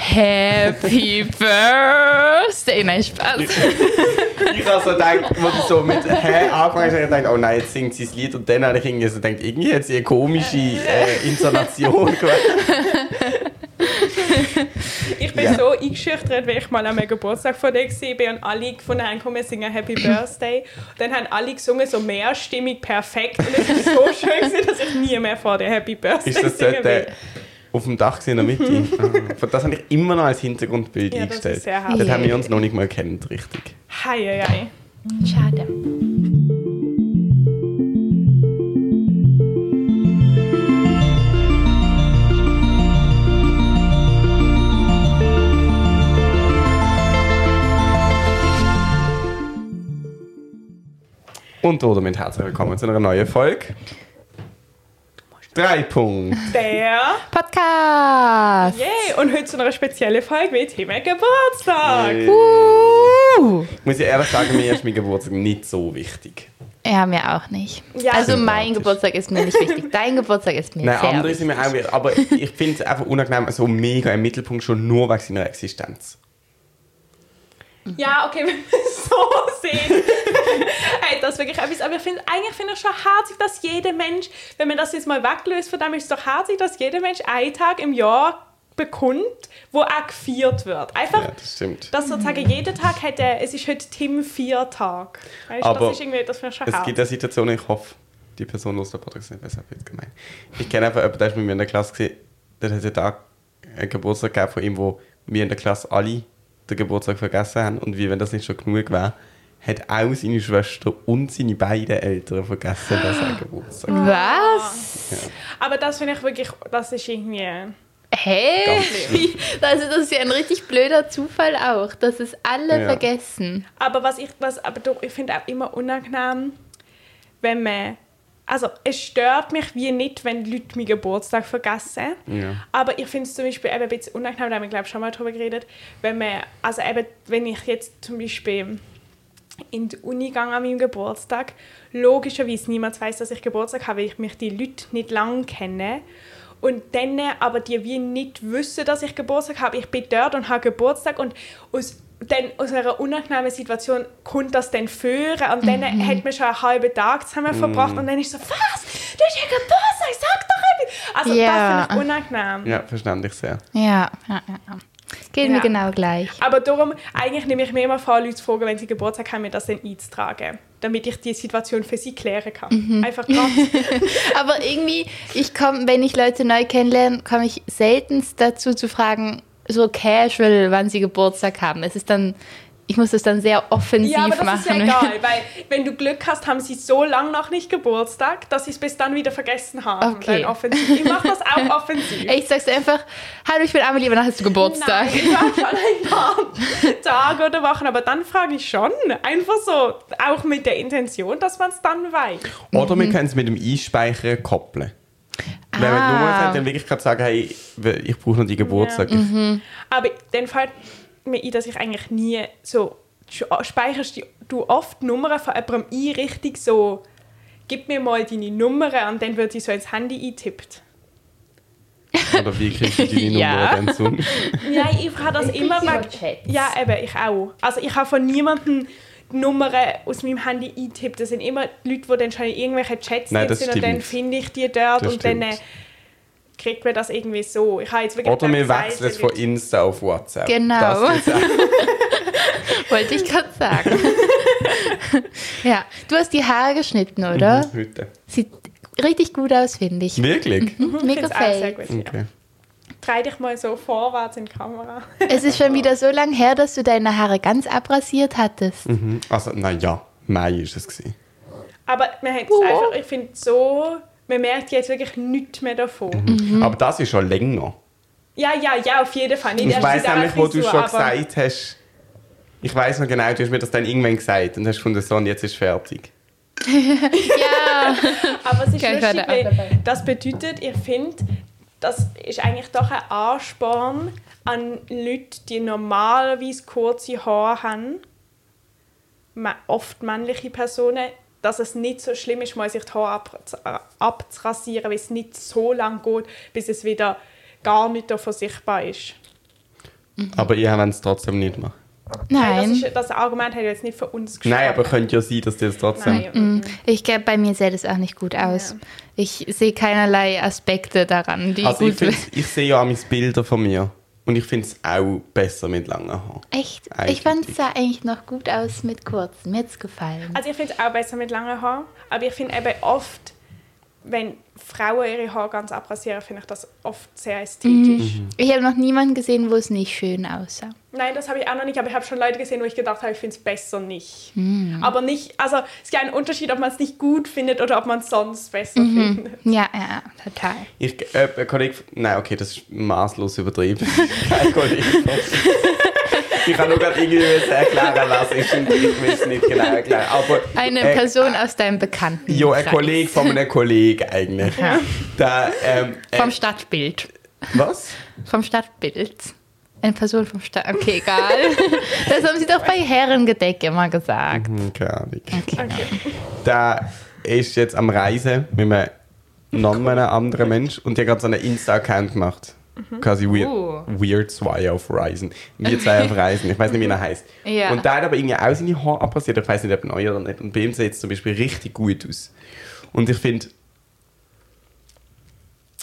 Happy Birthday! Nein, Spaß. Ich habe so gedacht, wo ich so mit Hä angefangen habe, ich gedacht, oh nein, jetzt singt sie das Lied. Und dann habe ich irgendwie so gedacht, irgendwie hat sie eine komische äh, Intonation gemacht. Ich bin Ja. so eingeschüchtert, weil ich mal am Geburtstag von dir war und alle gefunden haben, komm, wir singen Happy Birthday. Und dann haben alle gesungen, so mehrstimmig, perfekt. Und es war so schön, gewesen, dass ich nie mehr vor dir Happy Birthday Ist das singen dort will. äh, auf dem Dach gewesen in der Mitte? Ah, Von das habe ich immer noch als Hintergrundbild Ja, das eingestellt. ist sehr dort hart. haben wir uns noch nicht mal kennt, richtig. Hei, hei, hei. Schade. Und damit herzlich willkommen zu einer neuen Folge. Drei Punkte. Der. Podcast! Yay! Und heute zu einer speziellen Folge mit Thema Geburtstag. Uh. Muss ich ehrlich sagen, mir ist mein Geburtstag nicht so wichtig. Ja, mir auch nicht. Ja. also mein Sympathisch. Geburtstag ist mir nicht wichtig. Dein Geburtstag ist mir Nein, sehr andere sind wichtig. mir auch wichtig. Aber ich finde es einfach unangenehm, so mega im Mittelpunkt schon nur wegen seiner Existenz. Ja, okay, wenn wir es so sehen. hey, das ist wirklich etwas. Aber ich finde, eigentlich finde ich schon herzig, dass jeder Mensch, wenn man das jetzt mal weglöst von dem, ist es doch herzig, dass jeder Mensch einen Tag im Jahr bekommt, wo er gefeiert wird. Einfach, Ja, Mhm. das stimmt. dass sozusagen jeder Tag hat, äh, es ist heute Tim vier Tag. Weißt du, Aber das ist irgendwie, das finde ich schon Es herzig. gibt eine Situation, ich hoffe, die Person aus der Podcast nicht, weshalb jetzt gemeint. Ich kenne einfach jemanden, der ist mit mir in der Klasse gewesen, der hat einen Tag einen Geburtstag gehabt von ihm, wo wir in der Klasse alle den Geburtstag vergessen haben. Und wie wenn das nicht schon genug wäre, hat auch seine Schwester und seine beiden Eltern vergessen, dass er Geburtstag hat. Was? Aber das finde ich wirklich, das ist irgendwie... Hey? Ganz schlimm. Also das ist ja ein richtig blöder Zufall auch, dass es alle Ja. vergessen. Aber was ich, was, aber doch, ich finde auch immer unangenehm, wenn man, also es stört mich wie nicht, wenn die Leute meinen Geburtstag vergessen. Ja. Aber ich finde es zum Beispiel eben ein bisschen unangenehm, da haben wir glaube ich schon mal drüber geredet, wenn man, also eben, wenn ich jetzt zum Beispiel in die Uni gegangen an meinem Geburtstag. Logischerweise niemand weiß, dass ich Geburtstag habe, weil ich mich die Leute nicht lange kenne. Und dann aber die wie nicht wissen, dass ich Geburtstag habe. Ich bin dort und habe Geburtstag und aus, dann, aus einer unangenehmen Situation kommt das dann führen und dann hat man schon einen halben Tag zusammen verbracht und dann ist so, was? Du hast ja Geburtstag, sag doch etwas! Also Ja. das finde ich Ah. unangenehm. ja, verständlich sehr. Ja. ja, ja, ja. Geht mir Ja. genau gleich. Aber darum, eigentlich nehme ich mir immer vor, Leute zu fragen, wenn sie Geburtstag haben, mir das dann einzutragen. Damit ich die Situation für sie klären kann. Mhm. Einfach krass. Aber irgendwie, ich komme, wenn ich Leute neu kennenlerne, komme ich seltenst dazu zu fragen, so casual, wann sie Geburtstag haben. Es ist dann, ich muss es dann sehr offensiv ja, aber das ist ja machen. egal, weil wenn du Glück hast, haben sie so lange noch nicht Geburtstag, dass sie es bis dann wieder vergessen haben. Okay. Dann offensiv. Ich mache das auch offensiv. Ich sag's einfach, hallo, ich bin Amelie, wann hast du Geburtstag? Nein, ich war schon ein paar Tage oder Wochen, aber dann frage ich schon. Einfach so, auch mit der Intention, dass man es dann weiß. Oder Mhm. wir können es mit dem Einspeichern koppeln. Wenn man Ah. Mhm. nur sagt, dann wirklich gerade sagen, hey, ich brauche noch die Geburtstag. Aber dann fällt mir ein, dass ich eigentlich nie so speicherst die- du oft Nummern von jemandem ein, richtig so gib mir mal deine Nummern und dann wird die so ins Handy eingetippt. Oder wie kriegst du deine Ja. Nummer denn sonst? Nein, ich habe das immer krieg sie mal... über Chats. Ja, eben, ich auch. Also ich habe von niemandem die Nummern aus meinem Handy eingetippt. Das sind immer die Leute, die dann schon in irgendwelchen Chats Nein, drin das sind und dann stimmt. finde ich die dort Das und dann äh, stimmt. kriegt man das irgendwie so. Ich habe jetzt wirklich Oder wir gedacht, wechseln es Seite- von Insta auf WhatsApp. Genau. Das ist auch- Wollte ich gerade sagen. ja, du hast die Haare geschnitten, oder? Heute. Sieht richtig gut aus, finde ich. Wirklich? Mhm. Mir Ich finde es auch sehr gefällt. gut. Ja. Okay. Drei dich mal so vorwärts in die Kamera. Es ist schon wieder so lang her, dass du deine Haare ganz abrasiert hattest. Mhm. Also, naja, Mai war es. Gewesen. Aber man hat Ja. einfach, ich finde so, man merkt jetzt wirklich nichts mehr davon. Mhm. Aber das ist schon länger. Ja, ja, ja, auf jeden Fall. Nicht Ich erst weiss mit dieser nämlich, wo du Frisur, schon aber- gesagt hast. Ich weiss noch genau, du hast mir das dann irgendwann gesagt und hast gefunden, so, und jetzt ist fertig. Ja. Aber es ist Kein lustig, Vater auch dabei. weil das bedeutet, ich finde, das ist eigentlich doch ein Ansporn an Leute, die normalerweise kurze Haare haben, mä- oft männliche Personen, dass es nicht so schlimm ist, mal sich die Haare ab, äh, abzurasieren, weil es nicht so lange geht, bis es wieder gar nicht davon sichtbar ist. Mhm. Aber ihr habt es trotzdem nicht gemacht. Nein, das, Nein. ist, das Argument hat jetzt nicht für uns gesprochen. Nein, aber könnte ja sein, dass ihr es trotzdem. Nein, Mm, Ich glaube, bei mir sähe das auch nicht gut aus. Ja. Ich sehe keinerlei Aspekte daran, die Also ich, gut find's, ich sehe ja auch meine Bilder von mir. Und ich finde es auch besser mit langen Haaren. Echt? Eigentlich. Ich fand es sah eigentlich noch gut aus mit kurzen. Mir hat's gefallen. Also ich finde es auch besser mit langen Haaren, aber ich finde eben oft, wenn Frauen ihre Haare ganz abrasieren, finde ich das oft sehr ästhetisch. Mhm. Ich habe noch niemanden gesehen, wo es nicht schön aussah. Nein, das habe ich auch noch nicht, aber ich habe schon Leute gesehen, wo ich gedacht habe, ich finde es besser nicht. Aber nicht, also es ist ja ein Unterschied, ob man es nicht gut findet oder ob man es sonst besser findet. Ja, ja, total. Ich, äh, ein Kollege, nein, okay, das ist maßlos übertrieben. Kein Kollege. von- ich kann nur gerade irgendwie müssen erklären, was ist und ich will es nicht genau erklären. Aber Eine äh, Person aus deinem Bekannten. Ja, ein Kollege von einem Kollegen eigentlich. Da, ähm, äh, Vom Stadtbild. was? Vom Stadtbild. Eine Person vom Stadt. Okay, egal. das haben sie doch bei Herrengedeck immer gesagt. Hm, Keine Ahnung. Okay. Der ist jetzt am Reisen mit einem non einem anderen Mensch und der hat gerade so einen Insta-Account gemacht. Mhm. Quasi weird, Uh. weird zwei auf Reisen. Wir zwei auf Reisen. Ich weiß nicht, wie er heißt. Ja. Und der hat aber irgendwie auch seine Haare abrasiert. Ich weiß nicht, ob neu oder nicht. Und bei ihm sieht es zum Beispiel richtig gut aus. Und ich finde.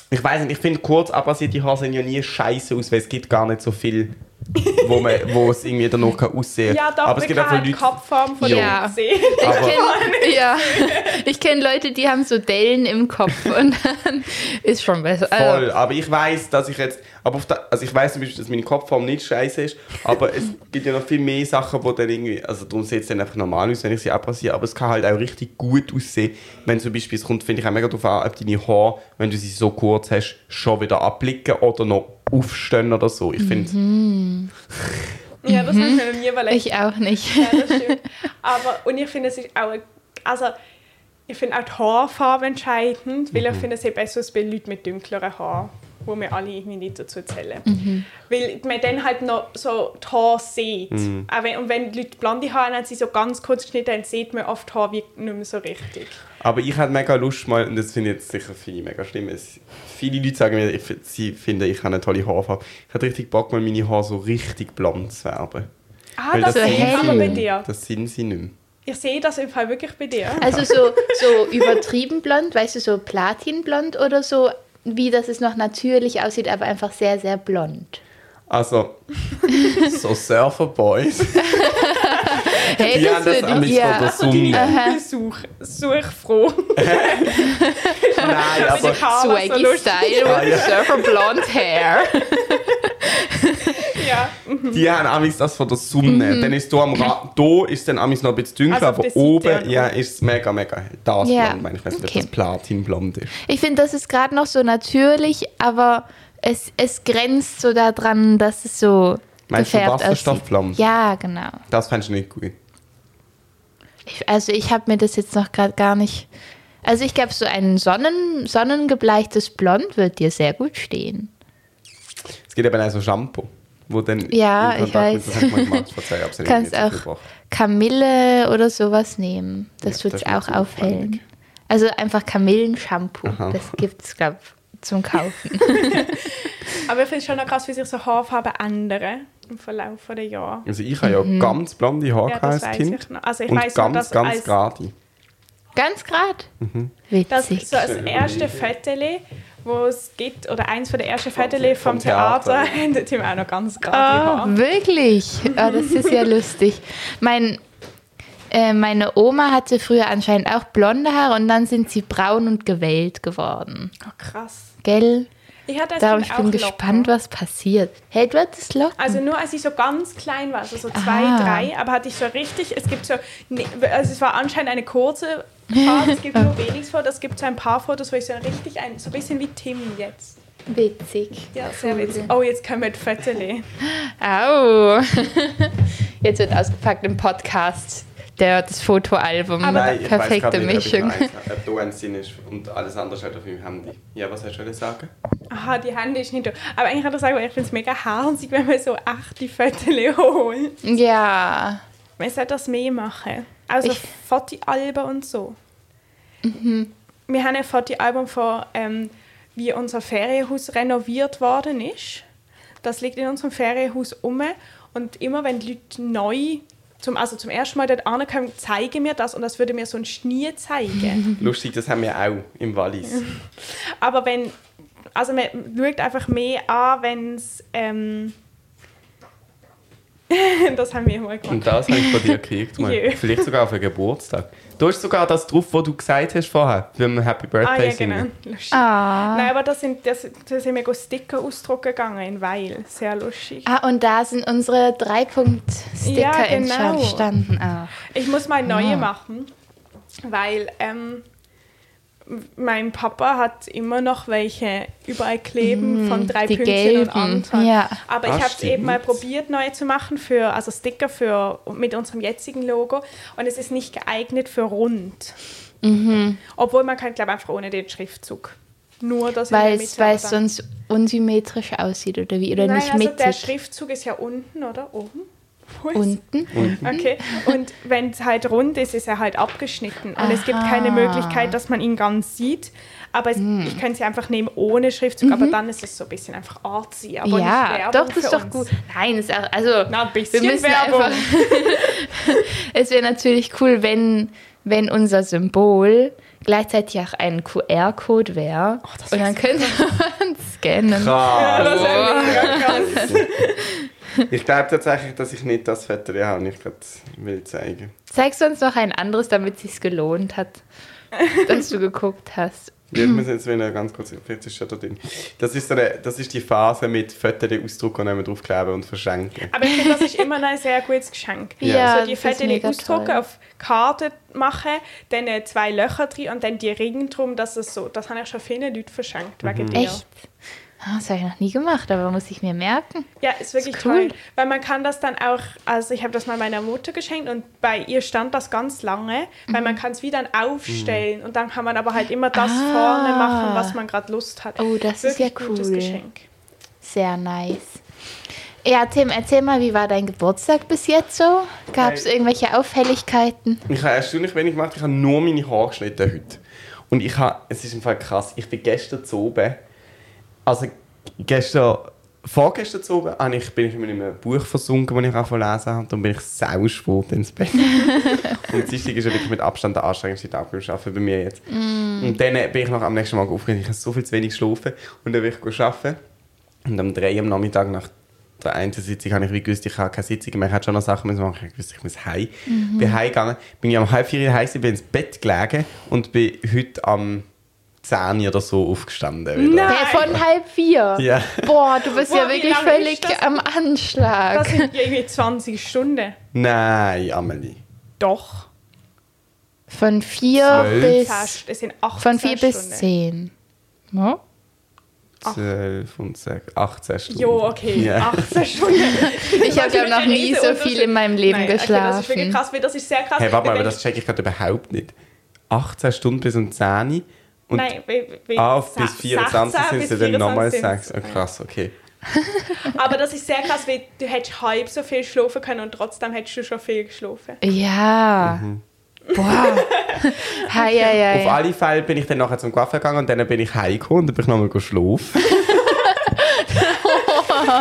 Ich weiß nicht, ich finde kurz abrasierte Haare sehen ja nie scheiße aus, weil es gibt gar nicht so viel, wo, man, wo es irgendwie danach kann aussehen Ja, doch, aber es man gibt kann einfach halt die Leute. Kopfform von Ja. dem sehen. Ich Aber- kenne ja, Ich kenn Leute, die haben so Dellen im Kopf und dann ist schon besser. Also, Voll, aber ich weiß, dass ich jetzt, aber auf der, also ich weiß zum Beispiel, dass meine Kopfform nicht scheiße ist, aber es gibt ja noch viel mehr Sachen, wo dann irgendwie, also darum sieht es dann einfach normal aus, wenn ich sie abrasiere, aber es kann halt auch richtig gut aussehen, wenn zum Beispiel, es kommt, finde ich auch mega darauf an, ob deine Haare, wenn du sie so kurz hast, schon wieder abblicken oder noch aufstehen oder so. Ich finde, Ja, das habe ich mir noch nie überlegt. ich auch nicht. Ja, das stimmt. Aber, und ich finde, es ist auch, ein- also, ich finde auch die Haarfarbe entscheidend, weil Mhm. ich finde, es sieht besser aus bei Leuten mit dunkleren Haaren, wo wir alle irgendwie nicht dazu zählen. Mhm. Weil man dann halt noch so die Haare sieht. Mhm. Auch wenn, und wenn die Leute blonde Haare haben, haben sie so ganz kurz geschnitten, dann sieht man oft die Haare wie nicht mehr so richtig. aber ich hätte mega Lust mal, und das finde ich jetzt sicher viele mega schlimm, es, viele Leute sagen mir, ich, sie finden, ich habe eine tolle Haarfarbe. Ich hätte richtig Bock, mal meine Haare so richtig blond zu färben. Ah, Weil das, das sehe ich hell. aber bei dir. Das sind sie nicht mehr. Ich sehe das im Fall wirklich bei dir. Also so, so übertrieben blond, weißt du, so platinblond oder so, wie dass es noch natürlich aussieht, aber einfach sehr, sehr blond. Also, so Surferboys. Hey, Die haben das würd am ich- liebsten ja. das- Summe. Also, Such, such froh. Nein, aber. Ah, Mit den Haaren, so Swaggy lustig. Style Ah, with ja. surfer blonde hair. Ja. Die haben amis das von der Sonne. Dann ist hier am Rand, da ist dann amis noch ein bisschen Mhm. Also dunkler, auf der aber Seite oben und ja, ist es mega, mega hell. Das Ja. Blond, meine ich weiß nicht, Okay. ob das Platinblond ist. Ich finde, das ist gerade noch so natürlich, aber es, es grenzt so daran, dass es so Meinst du gefärbt Wasserstoffblond? aussieht. Ja, genau. Das fändest du nicht gut. Ich, also ich habe mir das jetzt noch gerade gar nicht... Also ich glaube, so ein Sonnen, sonnengebleichtes Blond wird dir sehr gut stehen. Es gibt eben auch so Shampoo, wo dann. Ja, in ich Kontakt weiß. mit- Das hat man gemacht vor zwei Jahren. Du kannst auch Kamille oder sowas nehmen. Das Ja, wird das es ist mir auch zu aufhellen. aufwendig. Also einfach Kamillenshampoo. Aha. Das gibt es, glaube ich, zum Kaufen. Aber ich finde es schon noch krass, wie sich so Haarfarben ändern im Verlauf der Jahre. Also, ich habe ja ganz blonde Haare Mhm. Ja, das als weiss Kind. ich noch. Also ich und weiss nur, ganz, dass ganz als- gerade. Ganz gerade. Mhm. Das Witzig. ist so das erste Fettele, wo es gibt, oder eins von der ersten Fettele vom vom Theater, Theater. endet ihm auch noch ganz Ah, gerade. wirklich? Ah, das ist ja lustig. Mein, äh, meine Oma hatte früher anscheinend auch blonde Haare und dann sind sie braun und gewellt geworden. Oh, krass. Gell? Ich hatte als Darum, Kind ich bin auch gespannt, Locken. was passiert. Hey, du hattest Locken? Also nur als ich so ganz klein war, also so zwei, Ah. drei, aber hatte ich so richtig, es gibt so, ne- also es war anscheinend eine kurze Fahrt, es gibt nur wenig Fotos, es gibt so ein paar Fotos, wo ich so richtig, ein, so ein bisschen wie Tim jetzt. Witzig. Ja, sehr witzig. Oh, jetzt kommen wir die Fettele. Au. Jetzt wird ausgepackt im Podcast der, das Fotoalbum. Aber- Nein, ich weiß Perfekte gerade nicht, ob ich Mischung. noch eins habe, ob da ein Sinn ist und alles andere halt auf meinem Handy. Ja, was hast du schon sagen? Aha, die Hände ist nicht da. Aber eigentlich hat er gesagt, ich finde es mega herzig, wenn man so achte Fotos holt. Ja. Man sollte das mehr machen. Also Ich- Fotoalben und so. Wir haben ein Fotoalbum von, ähm, wie unser Ferienhaus renoviert worden ist. das liegt in unserem Ferienhaus um. Und immer wenn die Leute neu, zum, also zum ersten Mal dort ankommen, zeigen mir das und das würde mir sonst nie zeigen. Lustig, das haben wir auch im Wallis. Aber wenn, also man schaut einfach mehr an, wenn es, ähm, das haben wir mal Und gemacht. das habe ich von dir gekriegt. Mal. Jö. Vielleicht sogar auf einen Geburtstag. Da ist sogar das drauf, was du gesagt hast vorher, wenn wir Happy Birthday Ah ja, genau. singen. Lustig. Ah. Nein, aber das sind, das, das sind wir go Sticker ausdrucken gegangen in Weil. Sehr lustig. Ah, und da sind unsere Drei-Punkt-Sticker Ja, genau. entstanden. Ah, Auch. Ich muss mal neue Ah. machen, weil ähm, mein Papa hat immer noch welche überall kleben von drei Mhm, die Pünktchen gelben. und Anton. Ja. Aber ich Ah, habe es eben mal stimmt. probiert, neue zu machen für also Sticker für mit unserem jetzigen Logo und es ist nicht geeignet für rund. Mhm. Obwohl man kann glaube einfach ohne den Schriftzug. Nur dass in der Weil Mitte, es weil es aber- sonst unsymmetrisch aussieht oder wie? Oder Nein, nicht also der mittig. Schriftzug ist ja unten oder oben. Wo ist- Unten. Okay, und wenn es halt rund ist, ist er halt abgeschnitten. Und es gibt keine Möglichkeit, dass man ihn ganz sieht. Aber es, Hm. ich könnte sie einfach nehmen ohne Schriftzug, aber dann ist es so ein bisschen einfach artsy. Aber nicht Mhm. ja, Werbung doch, das ist für doch uns. gut. Nein, ist auch, also Na, ein bisschen Werbung. einfach. es wäre natürlich cool, wenn, wenn unser Symbol gleichzeitig auch ein QR-Code wäre. das Und wär dann könnte man scannen. Ja, Krass. das ist mega krass. Ich glaube tatsächlich, dass ich nicht das Foto habe, und ich gerade will zeigen. Zeigst du uns noch ein anderes, damit es sich gelohnt hat, dass du geguckt hast. Wir müssen jetzt wieder ganz kurz, jetzt ist schon da drin. Das ist, so eine, das ist die Phase mit Fotos ausdrucken und dann draufkleben und verschenken. Aber ich finde, das ist immer noch ein sehr gutes Geschenk. Ja, so die das ist Fettel mega ausdrucken, toll. auf Karte machen, dann äh, zwei Löcher drin und dann die Ring drum, das ist so. Das haben ja schon viele Leute verschenkt wegen dir. Echt? Ah, das habe ich noch nie gemacht, aber muss ich mir merken. Ja, ist wirklich Ist cool. toll. Weil man kann das dann auch, also ich habe das mal meiner Mutter geschenkt und bei ihr stand das ganz lange, weil Mhm. man kann es wie dann aufstellen und dann kann man aber halt immer das Ah. vorne machen, was man gerade Lust hat. Oh, das ist ja gutes cool. Geschenk. Sehr nice. Ja, Tim, erzähl mal, wie war dein Geburtstag bis jetzt so? Gab es Nein. irgendwelche Auffälligkeiten? Ich habe erstaunlich wenig gemacht, ich habe nur meine Haare geschnitten heute. Und ich habe, es ist im Fall krass, ich bin gestern zu oben, also gestern, vorgestern zu oben, habe ich, bin ich in einem Buch versunken, das ich angefangen zu lesen habe, und dann bin ich sauschwot ins Bett. und Dienstag ist ja wirklich mit Abstand der anstrengendste Tag beim Arbeiten bei mir jetzt. Und dann äh, bin ich noch am nächsten Morgen aufgeregt, ich habe so viel zu wenig geschlafen, und dann bin ich arbeiten. Und am 3 Uhr am Nachmittag nach der einen Sitzung habe ich wie gewusst, ich habe keine Sitzung mehr, ich hatte schon noch Sachen müssen machen, ich wusste, ich muss heim. Bin heimgegangen, bin ich am halb vier Uhr heim, gewesen, bin ins Bett gelegen und bin heute am 10 Uhr oder so aufgestanden. Wieder. Nein. Hey, Äh, von halb vier. Ja. Boah, du bist Boah, ja wie wirklich lange völlig ist das? am Anschlag. Das sind ja irgendwie 20 Stunden. Nein, Amelie. Doch. von vier Zwölf. bis Fast. Es sind 18 von vier Stunden. bis zehn. Ja? 12 und 6, 18 Stunden. Jo, okay, Ja. 18 Stunden. Ich habe glaube noch nie so viel in meinem Leben Nein, Okay, das ist wirklich geschlafen. krass, weil das ist sehr krass. Hey, warte mal, Weil- aber das checke ich gerade überhaupt nicht. 18 Stunden bis um 10 Uhr und Nein, weil- weil- ah, auf sa- bis 24 16 sind bis es dann nochmal 6. 24 sind's. Oh, krass, okay. Aber das ist sehr krass, weil du hättest halb so viel schlafen können und trotzdem hättest du schon viel geschlafen. ja. Boah. Hei, hei, hei. Mhm. Auf alle Fälle bin ich dann nachher zum Coiffeur gegangen und dann bin ich heimgekommen und dann bin ich nochmal geschlafen.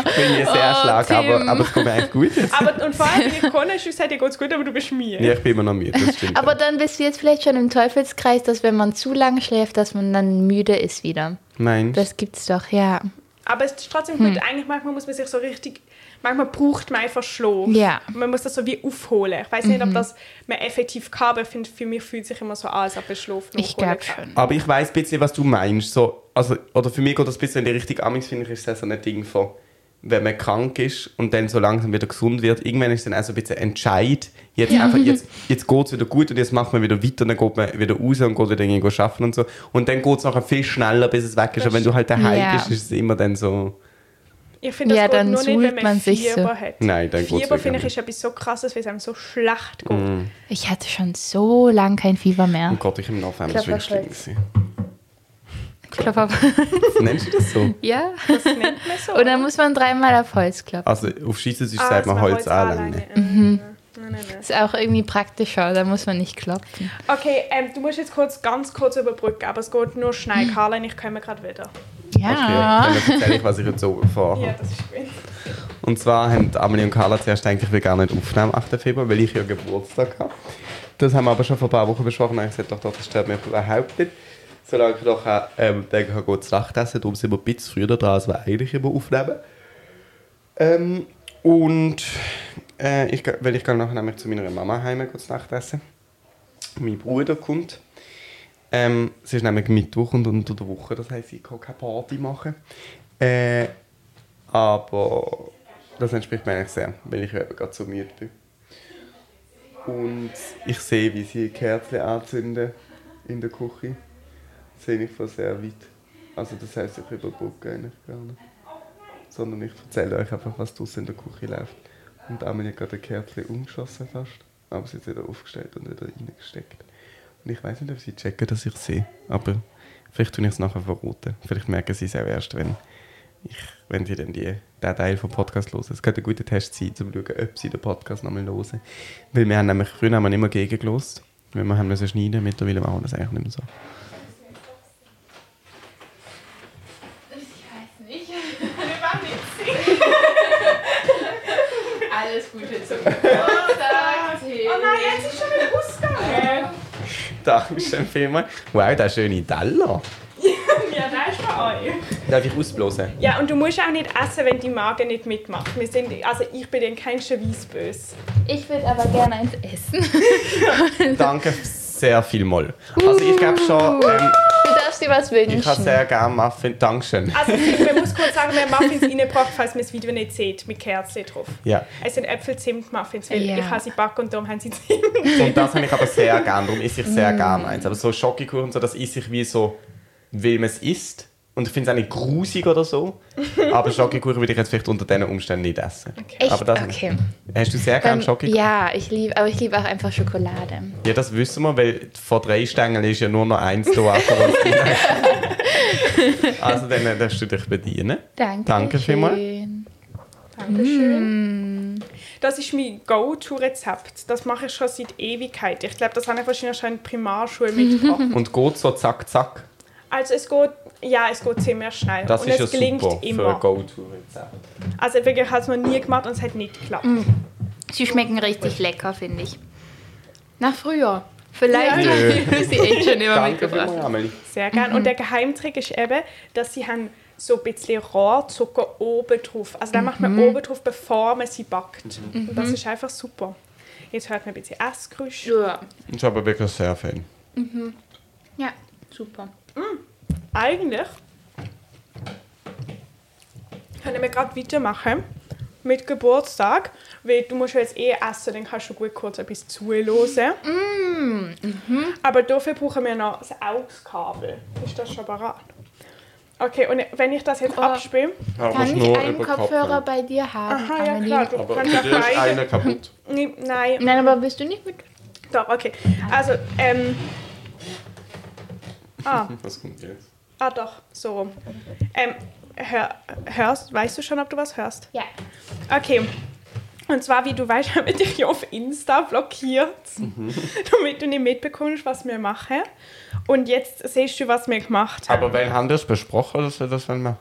ich bin hier sehr Oh, schlag, Tim. aber, aber es kommt mir eigentlich gut jetzt. Aber und vor allem, die Konnerschüsse hat dir ganz gut, aber du bist mir. Ja, ich bin immer noch müde, das stimmt. Aber dann bist du jetzt vielleicht schon im Teufelskreis, dass wenn man zu lang schläft, dass man dann müde ist wieder. Nein. Das gibt's doch, ja. Aber es ist trotzdem Hm. gut. Eigentlich manchmal muss man sich so richtig, manchmal braucht man einfach Schlaf. Ja. Mhm. Und Man muss das so wie aufholen. Ich weiß nicht, ob das man effektiv kann, aber ich finde, für mich fühlt sich immer so an, als ob ich Schlaf noch Ich holen glaube kann. schon. Aber ich weiß ein bisschen, was du meinst. So, also, oder für mich geht das ein bisschen in die Richtung. Amix finde ich, ist das so ein Ding von, wenn man krank ist und dann so langsam wieder gesund wird, irgendwann ist dann auch so ein bisschen Entscheid. Jetzt, einfach, jetzt, jetzt geht es wieder gut und jetzt macht man wieder weiter und dann geht man wieder raus und geht wieder irgendwie arbeiten und so. Und dann geht es nachher viel schneller, bis es weg ist. Das Aber wenn du halt daheim Ja. bist, ist es immer dann so. Ich finde, das Ja, geht dann nur nicht, wenn suhlt man, man sich Fieber so. hat. Nein, dann geht's Fieber, wirklich finde ich, nicht. Mhm. ist etwas so krasses, weil es einem so schlecht geht. Ich hatte schon so lang kein Fieber Oh mehr. Gott, ich im November Klapper ist wirklich schlimm. gewesen. Klopf auf. Nennst du das so? ja. Das nennt man so. Und dann muss man dreimal auf Holz klopfen. Also auf Schweizerdeutsch Ah, sagt dass man Holz anlangen. anlangt. Mhm. Nein, nein, nein. Ist auch irgendwie praktischer, da muss man nicht klopfen. Okay, ähm, du musst jetzt kurz, ganz kurz überbrücken, aber es geht nur schnell. Carla und ich kommen gerade wieder. Okay, also Ja. dann erzähle ich, was ich jetzt so vorhabe. Ja, das ist gut. Und zwar haben Amelie und Carla zuerst eigentlich will gar nicht aufnehmen am 8. Februar, weil ich ja Geburtstag habe. Das haben wir aber schon vor ein paar Wochen besprochen. Ich gesagt, doch, doch, das stört mich überhaupt nicht. Solange ich doch ähm, denke, ich kann gut zu Nacht essen, darum sind wir ein bisschen früher dran, als wir eigentlich immer aufnehmen. Ähm, und äh, ich, geh- weil ich gehe nachher nämlich zu meiner Mama heim kurz Nacht essen. Mein Bruder kommt. Ähm, es ist nämlich Mittwoch und unter der Woche, das heisst, ich kann keine Party machen. Äh, aber das entspricht mir eigentlich sehr, weil ich ja eben gerade so müde bin. Und ich sehe, wie sie Kerzen anzünden in der Küche. Das sehe ich von sehr weit. Also das heisst, ich überbrücke eigentlich gar nicht. Sondern ich erzähle euch einfach, was draußen in der Küche läuft. Und Amelie hat gerade ein Kerzen umgeschossen fast. Aber sie hat es wieder aufgestellt und wieder reingesteckt. Und ich weiß nicht, ob sie checken, dass ich sehe. Aber vielleicht tue ich es nachher verroten. Vielleicht merken sie es auch erst, wenn, ich, wenn sie dann die, den Teil vom Podcast hören. Es könnte ein guter Test sein, um zu schauen, ob sie den Podcast nochmal hören. Weil wir haben nämlich, früher haben wir nicht mehr gegengelost. Weil wir haben müssen schneiden, mittlerweile machen wir das eigentlich nicht mehr so. Ich weiß nicht. Alles Gute zum Geburtstag. Oh nein, jetzt ist schon wieder ausgegangen. Dankeschön vielmals. Wow, der schöne Teller. ja, da ist bei euch. Darf ich ausblasen? Ja, und du musst auch nicht essen, wenn die Magen nicht mitmacht. Wir sind, also ich bin in keinster Weise böse. Ich würde aber gerne eins essen. Danke sehr vielmals. Also ich glaube schon, ähm, Du darfst dir was wünschen. ich habe sehr gerne Muffin. Dankeschön. Also man muss kurz sagen, wir haben Muffins reingebracht, falls man das Video nicht sieht, mit Kerzen drauf. Ja. Es sind Äpfel-Zimt-Muffins, weil Ja. ich habe sie backen und darum haben sie Zimt. Und das habe ich aber sehr gern, darum esse ich sehr Mm. gern eins. Aber so Schokokuchen und so, das esse ich wie so, weil man es isst. Und ich finde es auch nicht grusig oder so. Aber Schokokuchen würde ich jetzt vielleicht unter diesen Umständen nicht essen. Echt? Aber das Okay. Hast du sehr gern Ähm, Schokokuchen? ja, ich liebe, aber ich liebe auch einfach Schokolade. Ja, das wissen wir, weil vor drei Stängeln ist ja nur noch eins da. aber was drin ist. also dann darfst du dich bedienen. Danke. Danke vielmals. schön. Dankeschön. Mm. Das ist mein Go-To-Rezept. Das mache ich schon seit Ewigkeit. Ich glaube, das habe ich wahrscheinlich schon in der Primarschule mitgebracht. Und geht so zack, zack. also es geht, ja, es geht ziemlich schnell. Das und ist es ja gelingt super für ein immer. Go-To-Rezept. Also wirklich, ich habe es noch nie gemacht und es hat nicht geklappt. Sie schmecken richtig lecker, finde ich. Nach früher. Vielleicht Ja. habe ich sie echt schon immer Danke mitgebracht. vielmals, Amelie. Sehr gern. Und der Geheimtrick ist eben, dass sie haben so ein bisschen Rohrzucker oben drauf. Also da macht man oben drauf, bevor man sie backt. Mhm. Und das ist einfach super. Jetzt hört man ein bisschen Essgeräusch. Ja. Ich bin aber wirklich sehr Fan. ja, super. Eigentlich können wir gerade weitermachen mit Geburtstag, weil du musst ja jetzt eh essen, dann kannst du gut kurz etwas zuhören. Aber dafür brauchen wir noch das AUX-Kabel. Ist das schon bereit? Okay, und wenn ich das jetzt Oh. abspiele, Kann ich einen Kopfhörer bei dir haben, Aha, ja Amelie? klar. Du Aber kannst bei dir auch ist einer beide. kaputt. Nee, Nein, Nein, aber bist du nicht mit? doch, okay. Also, ähm. Ah, Was kommt jetzt? ah doch, so rum. Ähm, hör, hörst, weißt du schon, ob du was hörst? Ja. Okay. Und zwar, wie du weißt, haben wir dich ja auf Insta blockiert, damit du nicht mitbekommst, was wir machen. Und jetzt siehst du, was wir gemacht haben. Aber wen haben das besprochen, dass wir das wollen machen?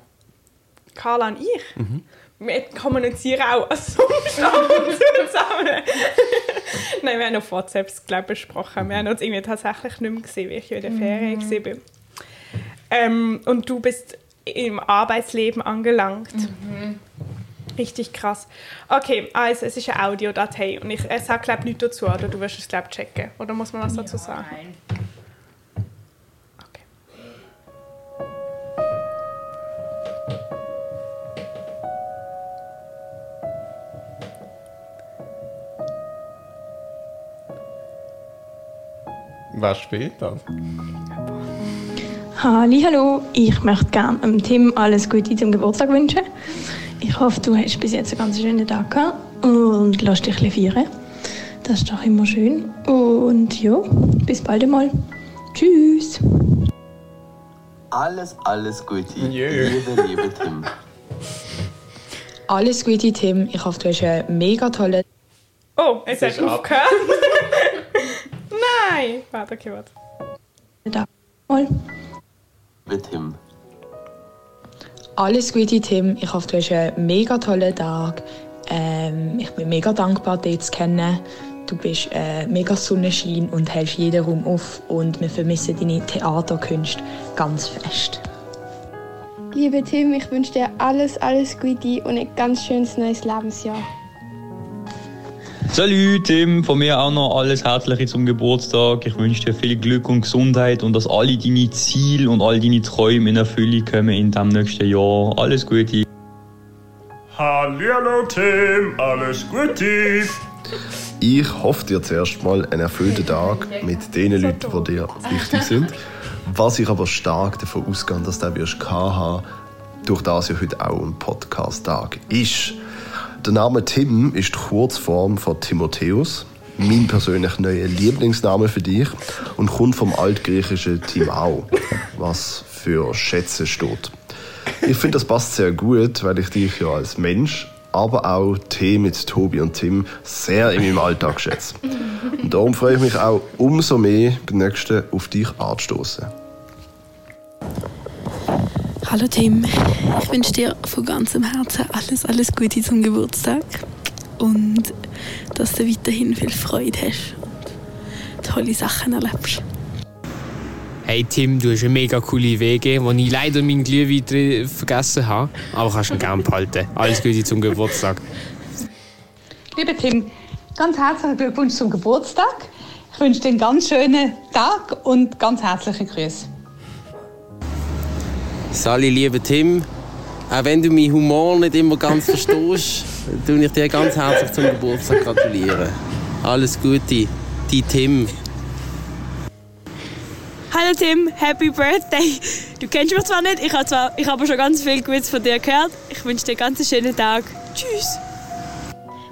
Carla und ich. Mhm. Wir kommunizieren auch als sonst ab und zu zusammen. Nein, wir haben auf WhatsApp glaub, ich, besprochen. Wir haben uns irgendwie tatsächlich nicht mehr gesehen, weil ich ja in der Ferien war. Ähm, und du bist im Arbeitsleben angelangt. Richtig krass. Okay, also es ist eine Audiodatei und ich äh, sage, glaube ich, nichts dazu. Oder du wirst es, glaube ich, checken. Oder muss man was dazu sagen? Nein. Okay. Was spielt das? Hallo, ich möchte gerne dem Tim alles Gute zum Geburtstag wünschen. Ich hoffe, du hast bis jetzt einen ganz schönen Tag gehabt und lass dich ein bisschen feiern. Das ist doch immer schön. Und ja, bis bald einmal. Tschüss. Alles, alles Gute. Jö. Liebe, liebe Tim. Alles Gute, Tim. Ich hoffe, du hast einen mega tollen Oh, Es es hat ist ab. aufgehört. Nein! Warte, okay, warte. Tag. Mal. Liebe Tim. Alles Gute, Tim. Ich hoffe, du hast einen mega tollen Tag. Ähm, ich bin mega dankbar, dich zu kennen. Du bist äh, mega Sonnenschein und hältst jeden Raum auf. Und wir vermissen deine Theaterkünste ganz fest. Liebe Tim, ich wünsche dir alles, alles Gute und ein ganz schönes neues Lebensjahr. Salut Tim, von mir auch noch alles Herzliche zum Geburtstag. Ich wünsche dir viel Glück und Gesundheit und dass alle deine Ziele und all deine Träume in Erfüllung kommen in dem nächsten Jahr. Alles Gute. Hallihallo Tim, alles Gute. Ich hoffe dir zuerst mal einen erfüllten Tag mit den Leuten, die dir wichtig sind. Was ich aber stark davon ausgehe, dass du den wirst gehabt haben, durch das ja heute auch ein Podcast-Tag ist. Der Name Tim ist die Kurzform von Timotheus, mein persönlich neuer Lieblingsname für dich und kommt vom altgriechischen Timau, was für Schätze steht. Ich finde, das passt sehr gut, weil ich dich ja als Mensch, aber auch Tee mit Tobi und Tim sehr in meinem Alltag schätze. Und darum freue ich mich auch umso mehr, beim nächsten auf dich anzustoßen. Hallo Tim, ich wünsche dir von ganzem Herzen alles, alles Gute zum Geburtstag und dass du weiterhin viel Freude hast und tolle Sachen erlebst. Hey Tim, du hast eine mega coole WG, wo ich leider meinen Glühwein drin vergessen habe. Aber kannst ihn gerne behalten. Alles Gute zum Geburtstag. Lieber Tim, ganz herzlichen Glückwunsch zum Geburtstag. Ich wünsche dir einen ganz schönen Tag und ganz herzliche Grüße. Sali, lieber Tim, auch wenn du meinen Humor nicht immer ganz verstehst, tue ich dir ganz herzlich zum Geburtstag gratulieren. Alles Gute, die Tim. Hallo Tim, Happy Birthday! Du kennst mich zwar nicht, ich habe zwar, ich habe aber schon ganz viel Gutes von dir gehört. Ich wünsche dir einen ganz schönen Tag. Tschüss!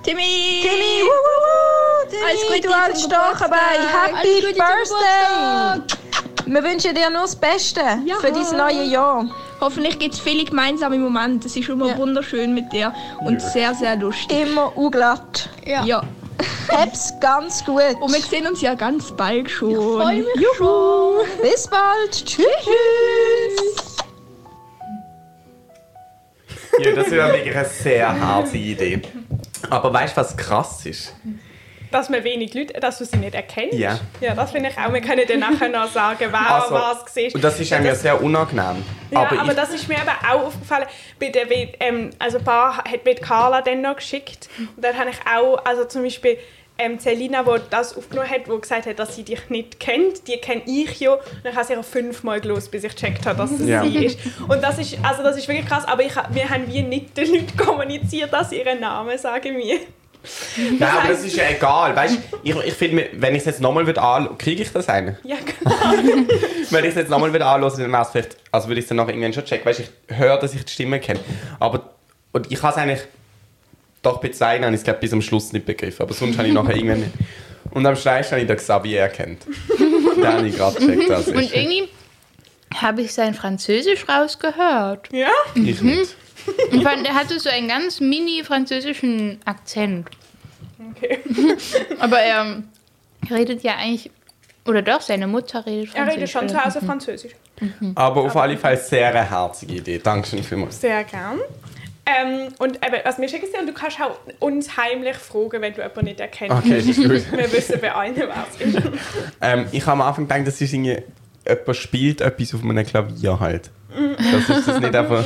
Timmy! Timmy! wuhu, Timmy Alles Gute, du altes Stachenbein! Happy Birthday! Wir wünschen dir nur das Beste für dein neue Jahr. Hoffentlich gibt es viele gemeinsame Momente. Es ist immer wunderschön mit dir und sehr, sehr lustig. Immer unglatt. Ja. Hab's ganz gut. Und wir sehen uns ja ganz bald schon. Ich freue mich Bis bald. Tschüss. Ja, das ist ja wirklich eine sehr harte Idee. Aber weißt du, was krass ist? Dass man wenig Leute, dass du sie nicht erkennst. Ja. Ja, das finde ich auch. Wir können dir nachher noch sagen, wer Also, was siehst. Und das ist einem ja sehr unangenehm. Ja, aber, aber ich, das ist mir eben auch aufgefallen. Bei der, W- ähm, also ein paar hat mir die Carla dann noch geschickt. Und dann habe ich auch, also zum Beispiel ähm, Celina, die das aufgenommen hat, die gesagt hat, dass sie dich nicht kennt. Die kenne ich ja. Und dann habe ich sie fünfmal gelesen, bis ich gecheckt habe, dass es Ja. sie ist. Und das ist, also das ist wirklich krass. Aber ich, ha- wir haben wie nicht den Leuten kommuniziert, dass ihren Namen sagen wir. nein, aber das ist ja egal. Weißt, du, ich, ich finde, wenn ich es jetzt nochmal anschaue, kriege ich das eine. Ja, genau. Wenn ich es jetzt nochmal wieder anhöre, dann wäre es vielleicht, also würde ich es dann nachher irgendwann schon checken. Weißt, du, ich höre, dass ich die Stimme kenne. Aber, und ich habe es eigentlich doch bezeichnet, habe ich es glaube bis am Schluss nicht begriffen. Aber sonst habe ich nachher irgendwann nicht. Und am schnellsten habe ich den Xavier erkannt. den habe ich gerade gecheckt, das ist. Und irgendwie habe ich sein Französisch rausgehört. Ja? ich nicht. Ich fand, er hatte so einen ganz mini-französischen Akzent. Okay. Aber er redet ja eigentlich, oder doch, seine Mutter redet Er Französisch. redet schon zu Hause Französisch. Aber auf alle Fälle sehr eine herzige Idee. Dankeschön vielmals. Sehr gern. Ähm, und eben, was mir schick ist, und du kannst auch uns heimlich fragen, wenn du jemanden nicht erkennst. Okay, das ist gut. Wir wissen bei allen, wer es ist. Ähm, ich habe am Anfang gedacht, das ist irgendwie, jemand spielt etwas auf einem Klavier halt. Das ist das nicht einfach.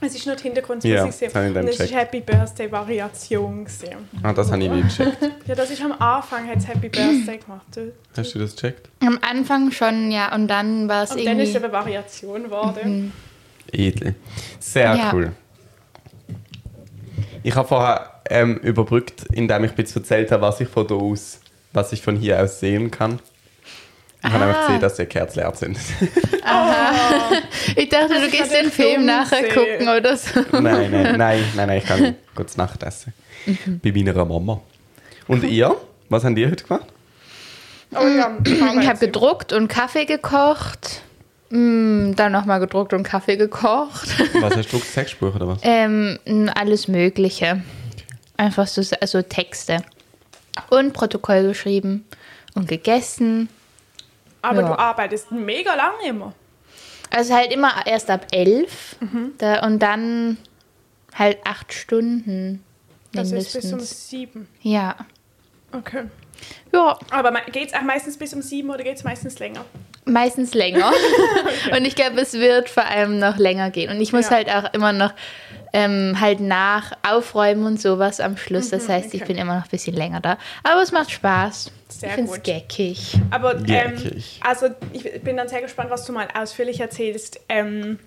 Es ist nur die Ja, Hintergrundmusik. das habe ich dann und es war gecheckt. Happy Birthday Variation. gewesen. Ah, das habe ich nicht gecheckt. Ja, das ist am Anfang, hat es Happy Birthday gemacht. Du. Hast du das gecheckt? Am Anfang schon, ja. Und dann war es Und dann ist es irgendwie... Mhm. eben Variation geworden. Edel. Sehr Ja. cool. Ich habe vorher ähm, überbrückt, indem ich ein bisschen erzählt habe, was ich von hier aus, was ich von hier aus sehen kann. Ich habe Ah. nämlich gesehen, dass die Kerzen leer sind. Ich dachte, du gehst den Film nachher sehen. gucken oder so. nein, nein, nein, nein, nein, ich kann kurz Nachtessen. Mhm. Bei meiner Mama. Und ihr? Was habt ihr heute gemacht? Oh ja, Ich habe gedruckt und Kaffee gekocht. Mm, Dann nochmal gedruckt und Kaffee gekocht. Was hast du gedruckt? Sexspruch oder was? Ähm, n- alles Mögliche. Einfach so also Texte. Und Protokoll geschrieben und gegessen. Aber Ja. du arbeitest mega lange immer. Also halt immer erst ab 11 Mhm. da, und dann halt acht Stunden. Das ist Mindestens. bis um sieben. Ja. Okay. Ja. Aber geht es auch meistens bis um sieben oder geht es meistens länger? Meistens länger. Und ich glaube, es wird vor allem noch länger gehen. Und ich muss Ja. halt auch immer noch ähm, halt nach aufräumen und sowas am Schluss. Das Mhm, heißt, ich okay. bin immer noch ein bisschen länger da. Aber es macht Spaß. Sehr ich finde es gut. geckig. Aber Ja, ähm, okay. also ich bin dann sehr gespannt, was du mal ausführlich erzählst. Ähm,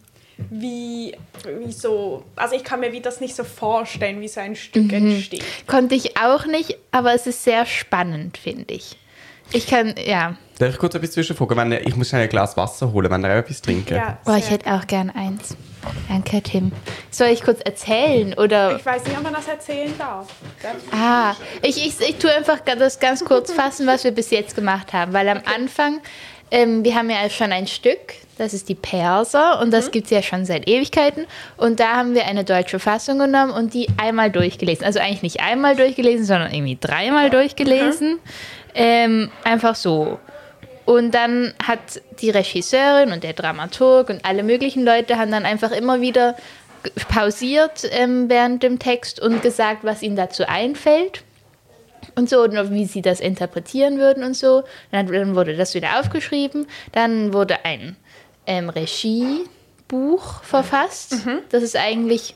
wie, wie so, also ich kann mir wie das nicht so vorstellen, wie so ein Stück entsteht. Konnte ich auch nicht, aber es ist sehr spannend, finde ich. Ich kann, ja. Darf ich kurz etwas zwischenfragen? Wenn ihr, ich muss schnell ein Glas Wasser holen, wenn ihr auch etwas trinken. Oh, ich hätte auch gern eins. Danke, Tim. Soll ich kurz erzählen oder? Ich weiß nicht, ob man das erzählen darf. Ah, ich, ich, ich tue einfach ga- das ganz kurz fassen, was wir bis jetzt gemacht haben. Weil am Anfang, ähm, wir haben ja schon ein Stück, das ist die Perser und das gibt's gibt es ja schon seit Ewigkeiten. Und da haben wir eine deutsche Fassung genommen und die einmal durchgelesen. Also eigentlich nicht einmal durchgelesen, sondern irgendwie dreimal durchgelesen. Ähm, einfach so. Und dann hat die Regisseurin und der Dramaturg und alle möglichen Leute haben dann einfach immer wieder g- pausiert ähm, während dem Text und gesagt, was ihnen dazu einfällt und so, und wie sie das interpretieren würden und so. Dann, dann wurde das wieder aufgeschrieben. Dann wurde ein ähm, Regiebuch verfasst. Das ist eigentlich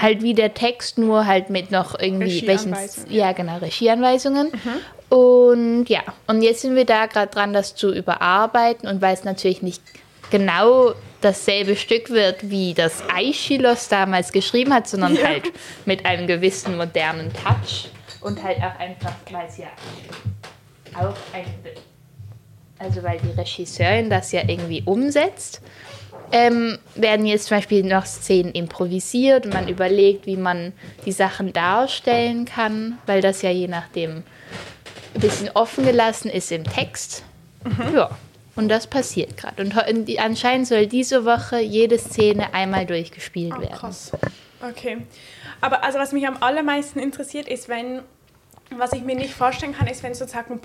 halt wie der Text, nur halt mit noch irgendwie welchen. Regieanweisungen. Mhm. Ja, genau, Regieanweisungen. Und ja, und jetzt sind wir da gerade dran, das zu überarbeiten. Und weil es natürlich nicht genau dasselbe Stück wird, wie das Aeschylus damals geschrieben hat, sondern Ja. halt mit einem gewissen modernen Touch und halt auch einfach, weil es ja auch ein, also weil die Regisseurin das ja irgendwie umsetzt, ähm, werden jetzt zum Beispiel noch Szenen improvisiert und man überlegt, wie man die Sachen darstellen kann, weil das ja je nachdem ein bisschen offen gelassen ist im Text. Mhm. Ja. Und das passiert gerade. Und heu- und die- anscheinend soll diese Woche jede Szene einmal durchgespielt Ah, werden. krass. Okay. Aber also was mich am allermeisten interessiert ist, wenn, was ich mir nicht vorstellen kann, ist, wenn sozusagen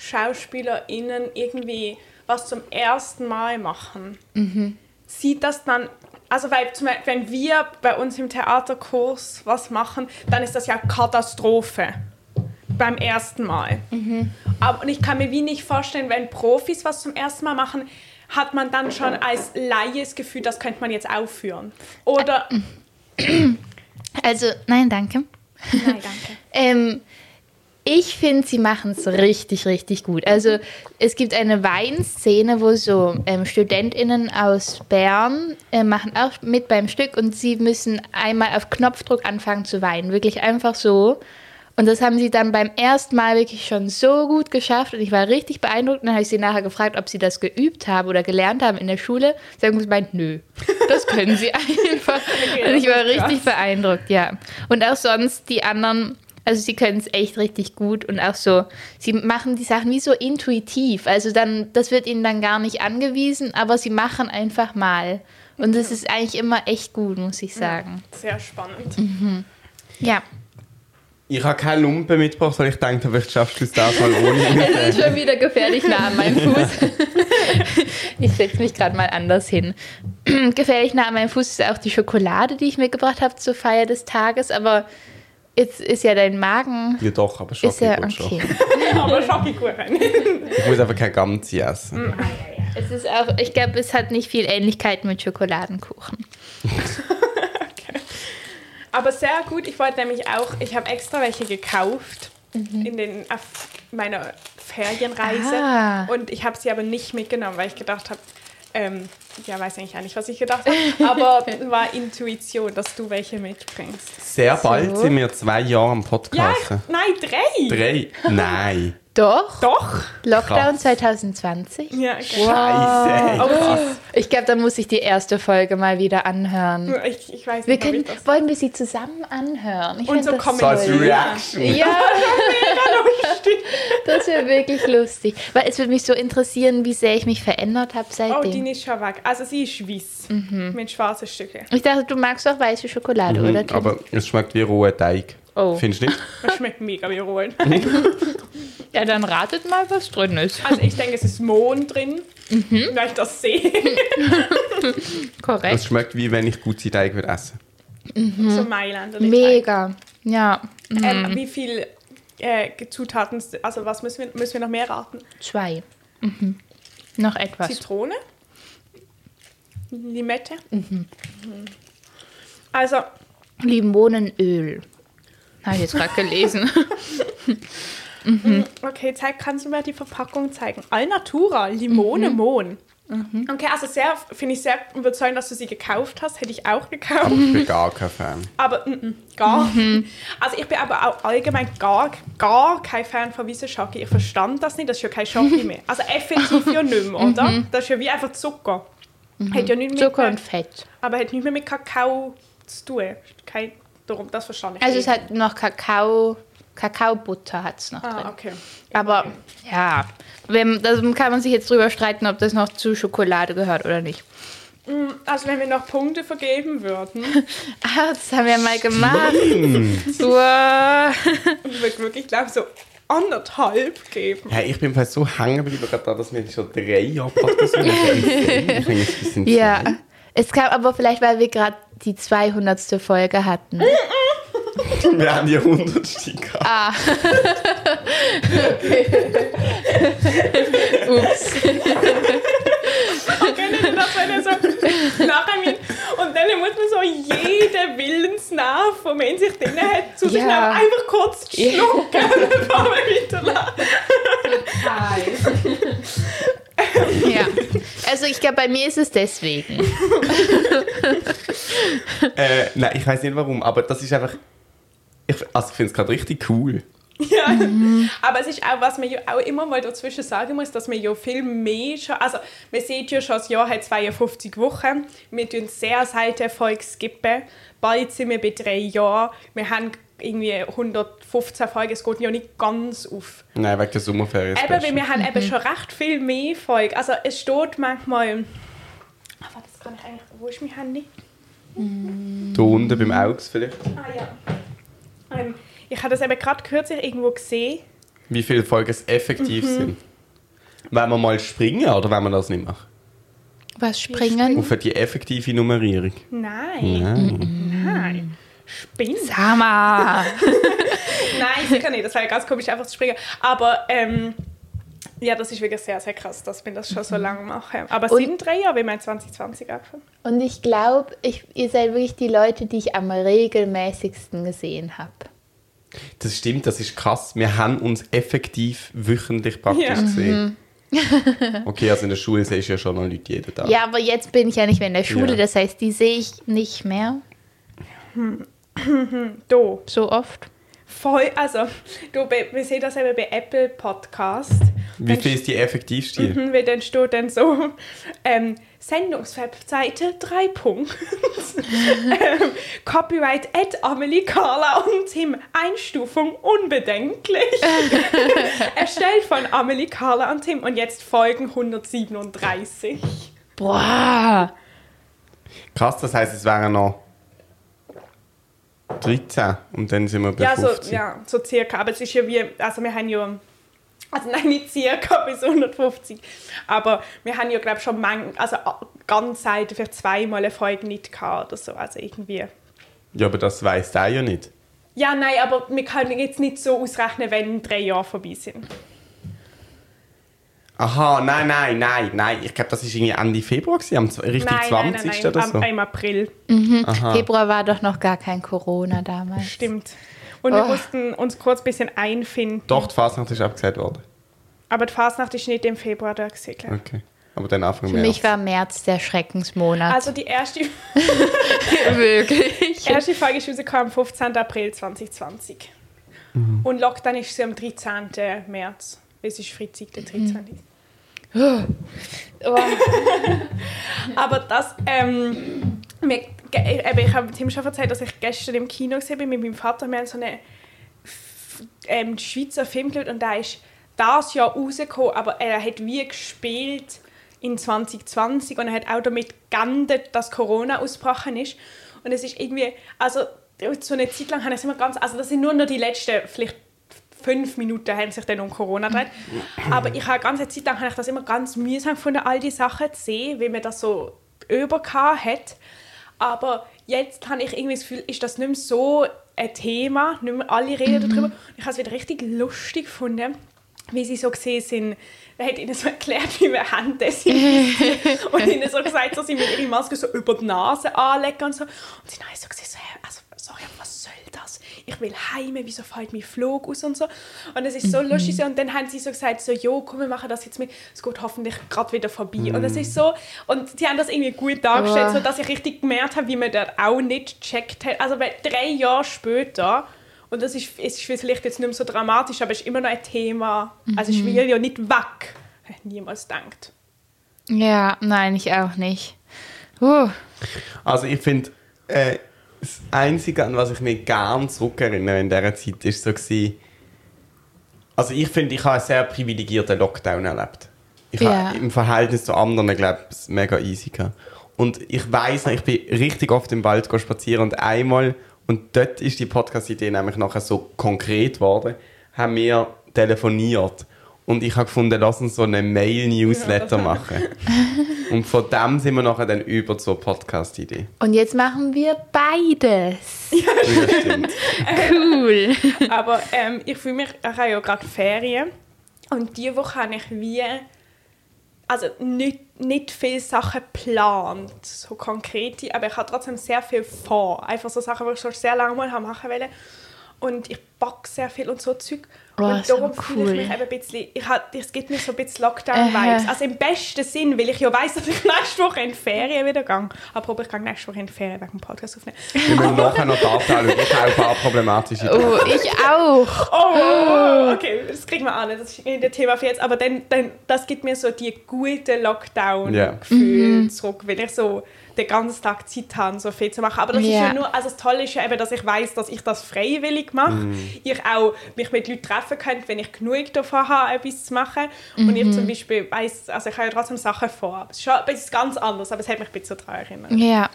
Profi-SchauspielerInnen irgendwie was zum ersten Mal machen. Mhm. Sieht das dann, also weil zum Beispiel, wenn wir bei uns im Theaterkurs was machen, dann ist das ja Katastrophe. Beim ersten Mal. Aber, und ich kann mir wie nicht vorstellen, wenn Profis was zum ersten Mal machen, hat man dann schon als Laie das Gefühl, das könnte man jetzt aufführen. Oder Also, nein, danke. Nein, danke. Ähm, ich finde, sie machen es richtig, richtig gut. Also es gibt eine Weinszene, wo so ähm, StudentInnen aus Bern äh, machen auch mit beim Stück und sie müssen einmal auf Knopfdruck anfangen zu weinen. Wirklich einfach so. Und das haben sie dann beim ersten Mal wirklich schon so gut geschafft und ich war richtig beeindruckt. Und dann habe ich sie nachher gefragt, ob sie das geübt haben oder gelernt haben in der Schule. Sie haben gemeint, nö, das können sie einfach. Okay, und ich das war ist krass. richtig beeindruckt, ja. Und auch sonst die anderen, also sie können es echt richtig gut und auch so, sie machen die Sachen wie so intuitiv. Also dann, das wird ihnen dann gar nicht angewiesen, aber sie machen einfach mal. Und das ist eigentlich immer echt gut, muss ich sagen. sehr spannend. Mhm. Ja. Ich habe keine Lumpe mitgebracht, weil ich dachte, vielleicht schaffst du es das mal Es ist ohne. schon wieder gefährlich nah an meinem Fuß. Ich setze mich gerade mal anders hin. gefährlich nah an meinem Fuß ist auch die Schokolade, die ich mitgebracht habe zur Feier des Tages, aber jetzt ist ja dein Magen. ja doch, aber Ist ja Schokolade schon. okay. Aber Schokokuchen. Ich muss einfach kein Gamzi essen. Mm. Es ist auch, ich glaube, es hat nicht viel Ähnlichkeit mit Schokoladenkuchen. Aber sehr gut, ich wollte nämlich auch, ich habe extra welche gekauft in den, auf meiner Ferienreise. Ah. Und ich habe sie aber nicht mitgenommen, weil ich gedacht habe, ähm, ja, weiß eigentlich auch nicht, was ich gedacht habe, aber war Intuition, dass du welche mitbringst. Sehr bald So. sind wir zwei Jahre am Ja, Podcast. ich, nein, drei. Drei? Nein. Doch? Doch. Lockdown Krass. 2020? Ja, okay. Scheiße. Wow. Oh, Ich glaube, dann muss ich die erste Folge mal wieder anhören. Ich, ich weiß Wir nicht, ob können, ich das... wollen wir sie zusammen anhören? Ich Und find so das kommentieren. toll. So als Reaction. Ja. das wäre wirklich lustig. Weil es würde mich so interessieren, wie sehr ich mich verändert habe Oh, seitdem. die ist schon weg. Also sie ist weiß, Mhm. mit schwarzen Stücken. ich dachte, du magst auch weiße Schokolade, oder? Mhm, Tim? aber es schmeckt wie roher Teig. Oh. Findest du nicht? Das schmeckt mega wie Rohen. ja, dann ratet mal, was drin ist. Ah, Also ich denke, es ist Mohn drin. Mhm. weil ich das sehe. Es schmeckt wie wenn ich gute Teig würde essen. Mhm. So Mailänder. Mega. Ja. Mhm. Ähm, wie viel äh, Zutaten, also was müssen wir, müssen wir noch mehr raten? Zwei. Mhm. Noch etwas. Zitrone? Limette? Mhm. Also, Limonenöl. Habe ich jetzt gerade gelesen. mhm. okay, zeig, kannst du mir die Verpackung zeigen? Alnatura, Mhm. Limone, Mohn. Okay, also sehr, finde ich sehr überzeugend, dass du sie gekauft hast. Hätte ich auch gekauft. Aber ich bin gar kein Fan. Aber mm, mm, gar. Mhm. Also ich bin aber auch allgemein gar, gar kein Fan von Wiese Schoki. Ich verstand das nicht, das ist ja kein Schoki mehr. Also effektiv ja nicht mehr, oder? Mhm. Das ist ja wie einfach Zucker. Mhm. Hat ja nicht mehr Zucker mit, und Fett. Aber hat nicht mehr mit Kakao zu tun. Kein, darum, das verstand ich Also es nicht. hat noch Kakao, Kakaobutter hat es noch drin. ah, okay. Aber ja, wenn, da kann man sich jetzt drüber streiten, ob das noch zu Schokolade gehört oder nicht. Mm, Also wenn wir noch Punkte vergeben würden, Ah, das haben wir mal gemacht. Stimmt. Wow. ich würde wirklich, glaube so anderthalb geben. Hey, ich bin fast so hängen geblieben, gerade da, dass wir schon drei Jahre Podcast machen. Ich finde es ein bisschen ja, es kam aber vielleicht, weil wir gerade die 200. Folge hatten. Wir haben die 100 Stück. Ah. Ups. Okay, dann darf man so nachher mit, und dann muss man so jeden Willensnerv, den man in sich drin hat, zu sich Ja. nehmen, einfach kurz Ja. schlucken und dann fahren wir weiter. Ja. Also ich glaube, bei mir ist es deswegen. Äh, nein, ich weiß nicht warum, aber das ist einfach. Ich, also ich finde es gerade richtig cool. Ja. Aber es ist auch, was man ja auch immer mal dazwischen sagen muss, dass man ja viel mehr schon, also man sieht ja schon, das Jahr hat 52 Wochen, wir tun sehr selten Erfolg skippen, bald sind wir bei drei Jahren, wir haben irgendwie 115 Folgen, es geht ja nicht ganz auf. Nein, wegen der Sommerferien. ist Eben, weil besser. wir haben eben schon recht viel mehr Folgen. Also es steht manchmal... Ah, warte, das kann ich eigentlich... Wo ist mein Handy? Da unten beim Augs vielleicht. Ah ja. Ähm, ich habe das eben gerade kürzlich irgendwo gesehen. Wie viele Folgen es effektiv Mhm. sind. Wenn wir mal springen oder wenn wir das nicht machen? Was Mhm. springen? Auf die effektive Nummerierung. Nein. Nein. Nein. Spinn. Sag mal. Nein, sicher nicht. Das war ja ganz komisch, einfach zu springen. Aber ähm, ja, das ist wirklich sehr, sehr krass, dass wir das schon so lange machen. Aber es Und- sind drei Jahre, wenn wir haben 2020 angefangen Und ich glaube, ich, ihr seid wirklich die Leute, die ich am regelmäßigsten gesehen habe. Das stimmt, das ist krass. Wir haben uns effektiv wöchentlich praktisch Mhm. gesehen. Okay, also in der Schule sehe ich ja schon noch Leute jeden Tag. Ja, aber jetzt bin ich ja nicht mehr in der Schule, Ja. das heißt, die sehe ich nicht mehr haben. Do. so oft. Voll, also, du, bei- wir sehen das eben bei Apple Podcast. Wie viel ist die effektivste? Mhm, weil dann steht dann so, ähm, Sendungswebseite 3 Punkt. ähm, Copyright at Amelie, Carla und Tim. Einstufung unbedenklich. Erstellt von Amelie, Carla und Tim. Und jetzt Folgen 137. Boah. Krass, das heisst, es wären noch 13 und dann sind wir bei Ja, so, 15. ja, so circa. Aber es ist ja wie, also wir haben ja, also nein, nicht circa bis 150, aber wir haben ja, glaube ich, schon mang, also a- ganz selten, vielleicht zweimal eine Folge nicht gehabt oder so, also irgendwie. Ja, aber das weiss der ja nicht. Ja, nein, aber wir können jetzt nicht so ausrechnen, wenn drei Jahre vorbei sind. Aha, nein, nein, nein, nein. Ich glaube, das war irgendwie Ende Februar, gewesen, am z- richtig nein, 20. nein, nein, oder nein, so. am, im April, Mhm. Aha. Februar war doch noch gar kein Corona damals. stimmt. Und Ah. wir Oh. mussten uns kurz ein bisschen einfinden. Doch, die Fasnacht ist abgesagt worden. Aber die Fasnacht ist nicht im Februar da gewesen, glaub ich. Okay. Aber dann Anfang Für März. mich war März der Schreckensmonat. Also die erste, Also wirklich. die erste Folge ist rausgekommen am 15. April 2020. Und Lockdown ist sie am 13. März. Es ist Freitag, der 13. Aber das, ähm, mir, ge- eben, ich habe Tim schon erzählt, dass ich gestern im Kino gesehen bin mit meinem Vater. Wir haben so einen F- ähm, Schweizer Film geschaut und der ist das Jahr rausgekommen, aber er hat wie gespielt in 2020 und er hat auch damit geendet, dass Corona ausgebrochen ist. Und es ist irgendwie, also so eine Zeit lang habe ich es immer ganz, also das sind nur noch die letzten vielleicht fünf Minuten haben sich dann um Corona gedreht. Aber ich habe eine ganze Zeit lang habe ich das immer ganz mühsam gefunden, all die Sachen zu sehen, wie man das so übergehabt hat. Aber jetzt habe ich irgendwie das Gefühl, ist das nicht mehr so ein Thema, nicht mehr alle reden darüber. Und ich habe es wieder richtig lustig gefunden, wie sie so gesehen sind. Er hat ihnen so erklärt, wie man Hände sind. und ihnen so gesagt, so, sie müssen ihre Maske so über die Nase anlegen und so. Und sie haben so gesehen, so, hä, also, sorry, aber was soll das? Ich will heime, wieso fällt mein Flug aus und so. Und es ist so lustig. so. Und dann haben sie so gesagt, so, jo, komm, wir machen das jetzt mit. Es geht hoffentlich gerade wieder vorbei. Und es ist so, und sie haben das irgendwie gut dargestellt, Boah. so dass ich richtig gemerkt habe, wie man das auch nicht gecheckt hat. Also weil drei Jahre später, und das ist, es ist vielleicht jetzt nicht mehr so dramatisch, aber es ist immer noch ein Thema. Also ich Mhm. will ja nicht weg. Hätte ich niemals gedacht. Ja, nein, ich auch nicht. Uh, Also ich finde, äh, das Einzige, an was ich mich gerne zurückerinnere in dieser Zeit, ist so gewesen, also ich finde, ich habe einen sehr privilegierten Lockdown erlebt. Ich Ja. habe im Verhältnis zu anderen, glaube ich, es mega easy gehabt. Und ich weiß ich bin richtig oft im Wald go spazieren und einmal, und dort ist die Podcast-Idee nämlich nachher so konkret geworden, haben wir telefoniert. Und ich habe gefunden, lass uns so eine Mail-Newsletter Ja. machen. Und von dem sind wir nachher dann über zur Podcast-Idee. und jetzt machen wir beides. cool. Aber ähm, ich fühle mich, ich habe ja gerade Ferien und diese Woche habe ich wie, also nicht, nicht viele Sachen geplant, so konkrete, aber ich habe trotzdem sehr viel vor. Einfach so Sachen, die ich schon sehr lange mal habe machen wollte. Und ich backe sehr viel und so Zeug. Oh, und so darum fühle cool. ich mich eben ein bisschen, ich hab, es gibt mir so ein bisschen Lockdown-Vibes. Ähä. Also im besten Sinn, weil ich ja weiss, dass ich nächste Woche in die Ferien wieder gehe. Apropos, ich gehe nächste Woche in die Ferien wegen dem Podcast aufnehmen. Wir müssen nachher noch die Abteilung, ich habe auch ein paar problematische Oh, ich auch. Oh, okay, das kriegen wir an. Das ist nicht das Thema für jetzt. Aber dann, dann, das gibt mir so die gute Ja. Lockdown-Gefühl Mhm. zurück, weil ich so den ganzen Tag Zeit habe, so viel zu machen. Aber das ist Ja. ja nur, also das Tolle ist ja eben, dass ich weiß, dass ich das freiwillig mache. Mhm. Ich auch mich mit Leuten treffen könnte, wenn ich genug davon habe, etwas zu machen. Und ich Mhm. zum Beispiel weiss, also ich habe ja trotzdem Sachen vor. Aber Es ist, schon, es ist ganz anders, aber es hat mich ein bisschen daran erinnert. Ja.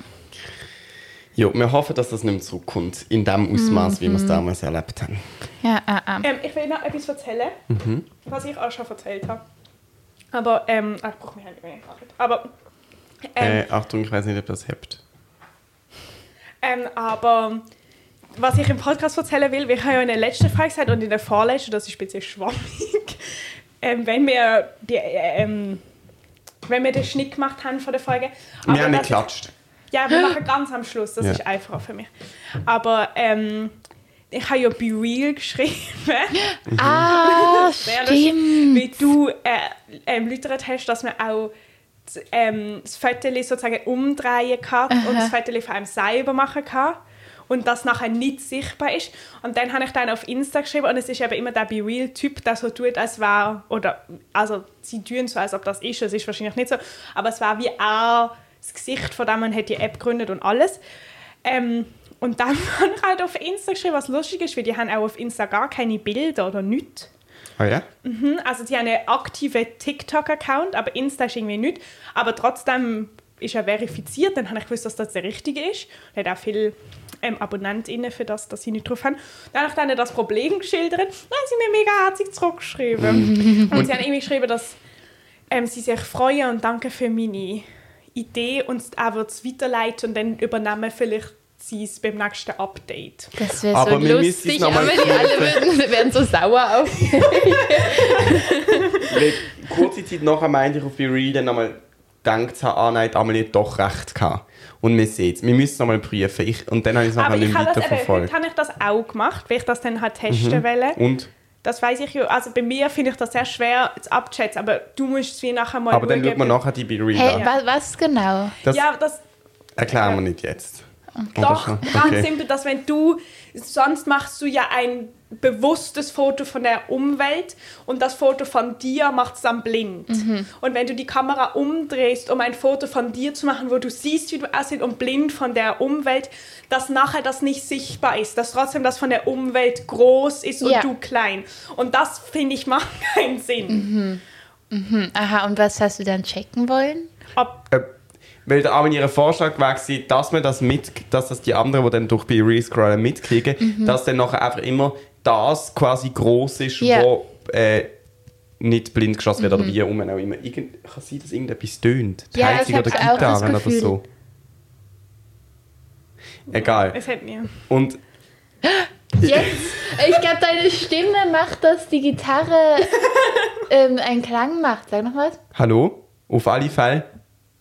Jo, wir hoffen, dass das nicht mehr zurückkommt, in dem Ausmaß, wie wir es Mhm. damals erlebt haben. Ja, ah, ah. Ähm, ich will noch etwas erzählen. Mhm. was ich auch schon erzählt habe. Aber, ähm, ach, ich brauche mir halt nicht Aber, ähm, Äh, Achtung, ich weiß nicht, ob das hebt. ähm, aber was ich im Podcast erzählen will, wir haben ja in der letzten Frage gesagt und in der vorletzten, das ist ein bisschen schwammig, ähm, wenn wir die, äh, ähm, wenn wir den Schnitt gemacht haben von der Folge. wir haben nicht das- geklatscht. Ja, wir machen ganz am Schluss, das Ja. ist einfacher für mich. Aber ähm, ich habe ja Be Real geschrieben. Ah, Sehr lustig, Weil du äh, ähm, erläutert hast, dass man auch z- ähm, das Foto sozusagen umdrehen kann Aha. und das Foto von einem selber machen kann. Und das nachher nicht sichtbar ist. Und dann habe ich dann auf Insta geschrieben und es ist eben immer der Be Real-Typ, der so tut, als wäre, oder, also sie tun so, als ob das ist, es ist wahrscheinlich nicht so, aber es war wie er das Gesicht von dem, man hat die App gegründet und alles. Ähm, und dann habe ich halt auf Insta geschrieben, was lustig ist, weil die haben auch auf Insta gar keine Bilder oder nichts. Oh ja? Mhm, also die haben einen aktiven TikTok-Account, aber Insta ist irgendwie nicht. Aber trotzdem ist er verifiziert, dann habe ich gewusst, dass das der richtige ist. Er hat auch viele ähm, AbonnentInnen für das, dass sie nicht drauf haben. Dann habe ich dann das Problem geschildert, dann haben sie mir mega herzig zurückgeschrieben. und sie haben irgendwie geschrieben, dass ähm, sie sich freuen und danken für meine Idee und auch wird es weiterleiten und dann übernehmen vielleicht sie es beim nächsten Update. Das wäre so Aber wir müssen es lustig, noch aber mal die alle prüfen. würden, wären so sauer auf Weil kurze Zeit nachher meinte ich auf Be Real dann nochmal gedacht, zu haben, ah nein, da haben wir nicht doch recht gehabt. Und wir sehen es. Wir müssen es nochmal prüfen. Ich, und dann habe ich es nachher Aber nicht ich habe das, eben, heute weiterverfolgt. habe ich das auch gemacht, weil ich das dann halt testen Mhm. wollte. Und? Das weiß ich ja. Also bei mir finde ich das sehr schwer zu abschätzen, aber du musst es wie nachher mal Aber dann schauen, schaut man ob- nachher die Be Real Hey, an. wa was genau? Das ja, das erklären wir nicht jetzt. Oder doch, Oh, schon? ganz Okay. simpel, dass wenn du, sonst machst du ja ein bewusstes Foto von der Umwelt und das Foto von dir macht es dann blind. Mhm. Und wenn du die Kamera umdrehst, um ein Foto von dir zu machen, wo du siehst, wie du aussiehst und blind von der Umwelt, dass nachher das nicht sichtbar ist, dass trotzdem das von der Umwelt groß ist und Ja. du klein. Und das, finde ich, macht keinen Sinn. Mhm. Mhm. Aha, und was hast du dann checken wollen? Äh, Weil der Armin ihren Vorschlag war, gewesen, dass man das mit, dass das die anderen, die dann durch Be Real scrollen, mitkriegen, Mhm. dass dann nachher einfach immer das quasi groß ist, Ja. wo äh, nicht blind geschossen wird oder Mhm. wie auch immer. Irgend, kann sein, dass irgendetwas tönt. Ja, das Heizung hab oder ich auch das Gitarre oder Gefühl. so. Egal. Es hat mir. Und Jetzt, ich glaube, deine Stimme macht, dass die Gitarre ähm, einen Klang macht. Sag noch was. hallo? Auf alle Fälle.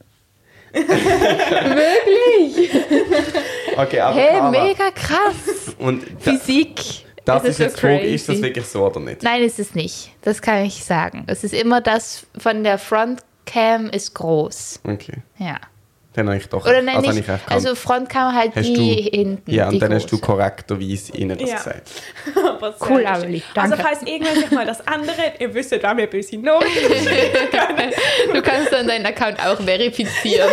Wirklich? Okay, Ah, aber hey, Clara, mega krass. Und da, Physik. das Es ist jetzt so die Frage, ist das crazy. wirklich so oder nicht? Nein, ist es nicht. Das kann ich sagen. Es ist immer das von der Frontcam ist groß. Okay. Ja. Dann habe ich doch. Oder nein, also habe nicht. ich recht gehabt. Also Frontcam halt Hast die du, hinten. Ja, und die dann hast große. du korrekterweise ihnen das Ja. gesagt. Aber sehr Cool, schön. Amelie, Also danke. falls irgendwann sich mal das andere, ihr wisst, wer mir böse Nachrichten schicken kann. Du kannst dann deinen Account auch verifizieren.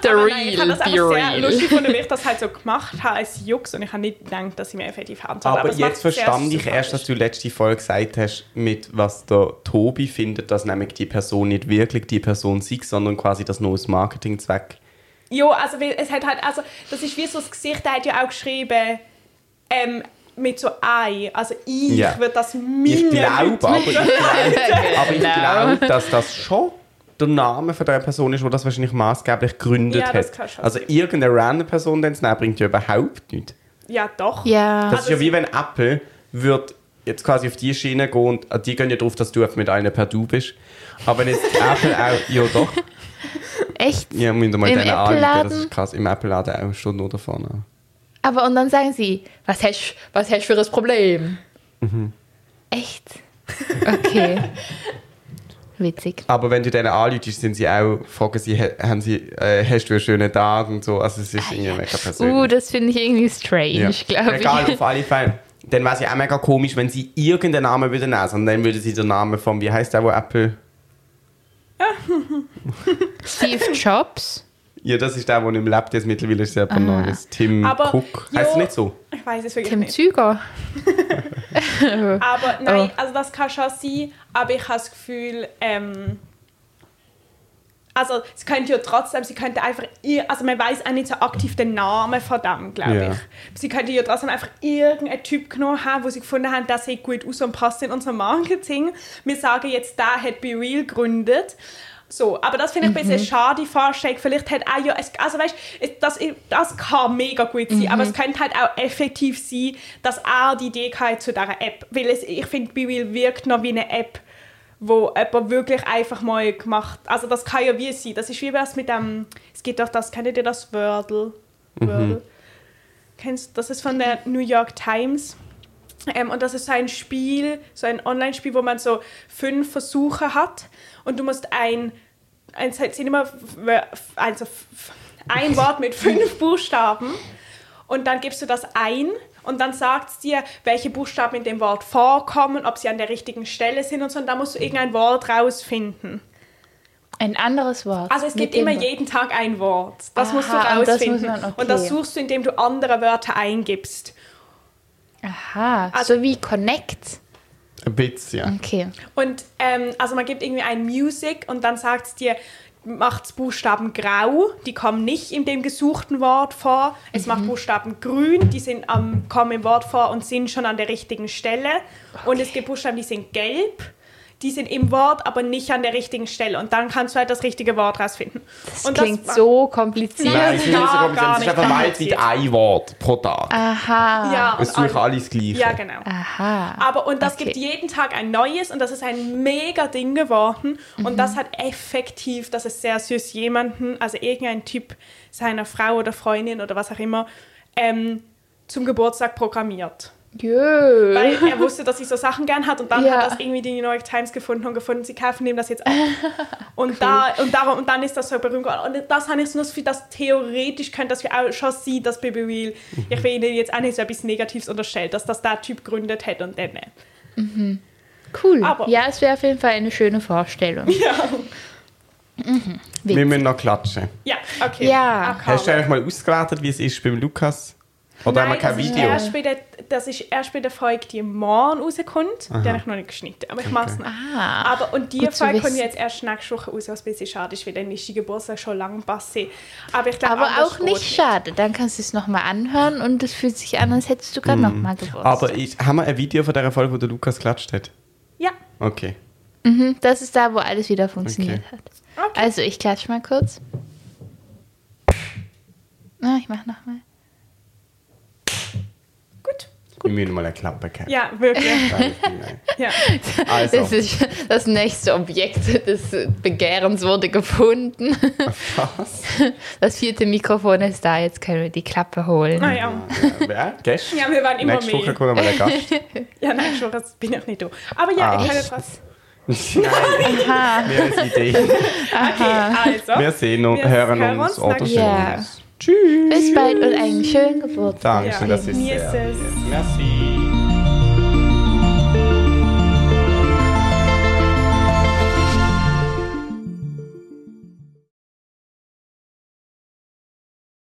The Aber real, nein, ich habe das the einfach sehr real. lustig gefunden, wie ich das halt so gemacht habe als Jux und ich habe nicht gedacht, dass ich mir effektiv haben soll. Aber, es jetzt macht sehr verstand ich sympathisch. erst, dass du letzte Folge gesagt hast, mit was der Tobi findet, dass nämlich die Person nicht wirklich die Person ist, sondern quasi das nur als Marketingzweck. Ja, also weil es hat halt, also das ist wie so das Gesicht, der hat ja auch geschrieben, ähm, mit so «I», also ich Ja. wird das meine Ich glaube, aber ich glaube, aber ich Genau. glaube, dass das schon der Name von der Person ist, die das wahrscheinlich maßgeblich gegründet Ja, das kann hat. schon Also irgendeine random Person, den es nimmt, bringt ja überhaupt nichts. Ja, doch. Ja. Das ist ja wie wenn Apple wird jetzt quasi auf die Schiene gehen und ah, die gehen ja drauf, dass du einfach mit einer per Du bist. Aber wenn jetzt Apple auch, ja doch. Echt? Ja, müssen wir mal Im denen anrufen, das Apple-Laden? ist krass. Im Apple-Laden auch schon nur davon. Aber und dann sagen sie, was hast was hast du für ein Problem? Mhm. Echt? Okay. Witzig. Aber wenn du denen anrufst, sind sie auch, fragen sie, he- haben sie, äh, hast du einen schönen Tag und so. Also es ist irgendwie mega persönlich. Uh, das finde ich irgendwie strange, Ja. glaube ich. Egal, auf alle Fälle. Dann wäre es ja auch mega komisch, wenn sie irgendeinen Namen würden nehmen, sondern dann würde sie den Namen von, wie heißt der, wo Apple... Steve Jobs? Ja, das ist der, der nicht mehr lebt jetzt mittlerweile, ist ja Ah. ein neues. Tim Aber, Cook. ja. Heißt er nicht so? Ich weiß es wirklich Tim nicht. Züger? Aber nein, Oh. also das kann schon sein, aber ich habe das Gefühl, ähm, also es könnte ja trotzdem, sie könnte einfach, ir- also man weiß auch nicht so aktiv den Namen von dem, glaube Ja. ich. Sie könnte ja trotzdem einfach irgendeinen Typ genommen haben, wo sie gefunden haben, das sieht gut aus und passt in unser Marketing. Wir sagen jetzt, der hat Be Real gegründet. So, aber das finde ich ein bisschen Mhm. schade, die Vorschläge. Vielleicht hat auch ja, es- also weißt es- das, das kann mega gut sein, Mhm. aber es könnte halt auch effektiv sein, dass er die Idee hatte zu dieser App. Weil es, ich finde, Be Real wirkt noch wie eine App, wo jemand wirklich einfach mal gemacht Also das kann ja wie sein. Das ist wie was mit dem, es gibt doch das, kennt ihr das Wordle? Mhm. Wordle. Kennst Das ist von der New York Times. Ähm, und das ist so ein Spiel, so ein Online-Spiel, wo man so fünf Versuche hat und du musst ein, ein, es sind immer Wör- also f- ein Wort mit fünf Buchstaben und dann gibst du das ein und dann sagt es dir, welche Buchstaben in dem Wort vorkommen, ob sie an der richtigen Stelle sind und so. Und da musst du irgendein Wort rausfinden. Ein anderes Wort. Also es Mit gibt immer dem- jeden Tag ein Wort. Das musst du Aha, und das rausfinden. Und muss das, man- okay. suchst du, indem du andere Wörter eingibst. Aha, Also so wie Connect. Ein bisschen, ja. Okay. Und ähm, also man gibt irgendwie ein Music und dann sagt es dir, macht Buchstaben grau, die kommen nicht in dem gesuchten Wort vor. Es Mhm. macht Buchstaben grün, die sind am, kommen im Wort vor und sind schon an der richtigen Stelle. Und es gibt Buchstaben, die sind gelb, die sind im Wort, aber nicht an der richtigen Stelle. Und dann kannst du halt das richtige Wort rausfinden. Das und klingt so kompliziert. Nein, es ist nicht so Gar, kompliziert. gar Es ist nicht einfach weltweit ein Wort pro Tag. Aha. Ja, Es und suchen alle das Gleiche. Ja, genau. Aha. Aber und das Okay. gibt jeden Tag ein neues und das ist ein mega Ding geworden. Und Mhm. das hat effektiv, das ist sehr süß, jemanden, also irgendein Typ seiner Frau oder Freundin oder was auch immer, ähm, zum Geburtstag programmiert. Jö. Weil er wusste, dass sie so Sachen gern hat und dann Ja. hat das irgendwie die New York Times gefunden und gefunden, sie kaufen ihm das jetzt ab. Und, da, und, darum, und dann ist das so berühmt geworden. Und das habe ich so das Gefühl, dass theoretisch könnte das wir auch schon sein, dass Baby Real, Mhm. ich will ihnen jetzt auch nicht so etwas Negatives unterstellen, dass das der Typ gründet hat und dann. nicht. Mhm. Cool. Aber- ja, es wäre auf jeden Fall eine schöne Vorstellung. Ja. Mhm. Wir müssen noch klatschen. Ja, okay. Ah, Ja. Hast du eigentlich mal ausgewertet, wie es ist beim Lukas? Oder haben wir Nein, kein das ist Video? Erst bei der, das ist erst bei der Folge, die morgen rauskommt. Aha. Die habe ich noch nicht geschnitten, aber ich Okay. mache es noch. Ah, aber, und die gut zu Folge kommt wissen. jetzt erst nächste Woche raus, was ein bisschen schade ist, weil dann ist die Geburtstag schon lange passé. Aber ich glaube, Aber anders auch nicht schade. Dann kannst du es nochmal anhören und es fühlt sich an, als hättest du gerade Mhm. nochmal gewusst. Aber ich, haben wir ein Video von der Folge, wo der Lukas klatscht hat? Ja. Okay. Mhm, das ist da, wo alles wieder funktioniert Okay. hat. Also, ich klatsch mal kurz. Na, ich mach nochmal. Wir müssen mal eine Klappe geben. Ja, wirklich. Nein, nein. Ja. Also. Das, ist, das nächste Objekt des Begehrens wurde gefunden. Was? Das vierte Mikrofon ist da, jetzt können wir die Klappe holen. Ah, ja. Wer? Gäste? Ja, wir waren immer Nächste Woche mehr. kommt nochmal ein Gast. Ja, nein, schon, das bin ich nicht da. Aber ja, Ah. ich habe was. Nein, Aha. mehr als Idee. Okay, also. Wir sehen und Wir hören hören uns uns oder nächste sehen Woche. uns. Bis bald und einen schönen Geburtstag. Dankeschön, das ist sehr. Genieß es. Merci.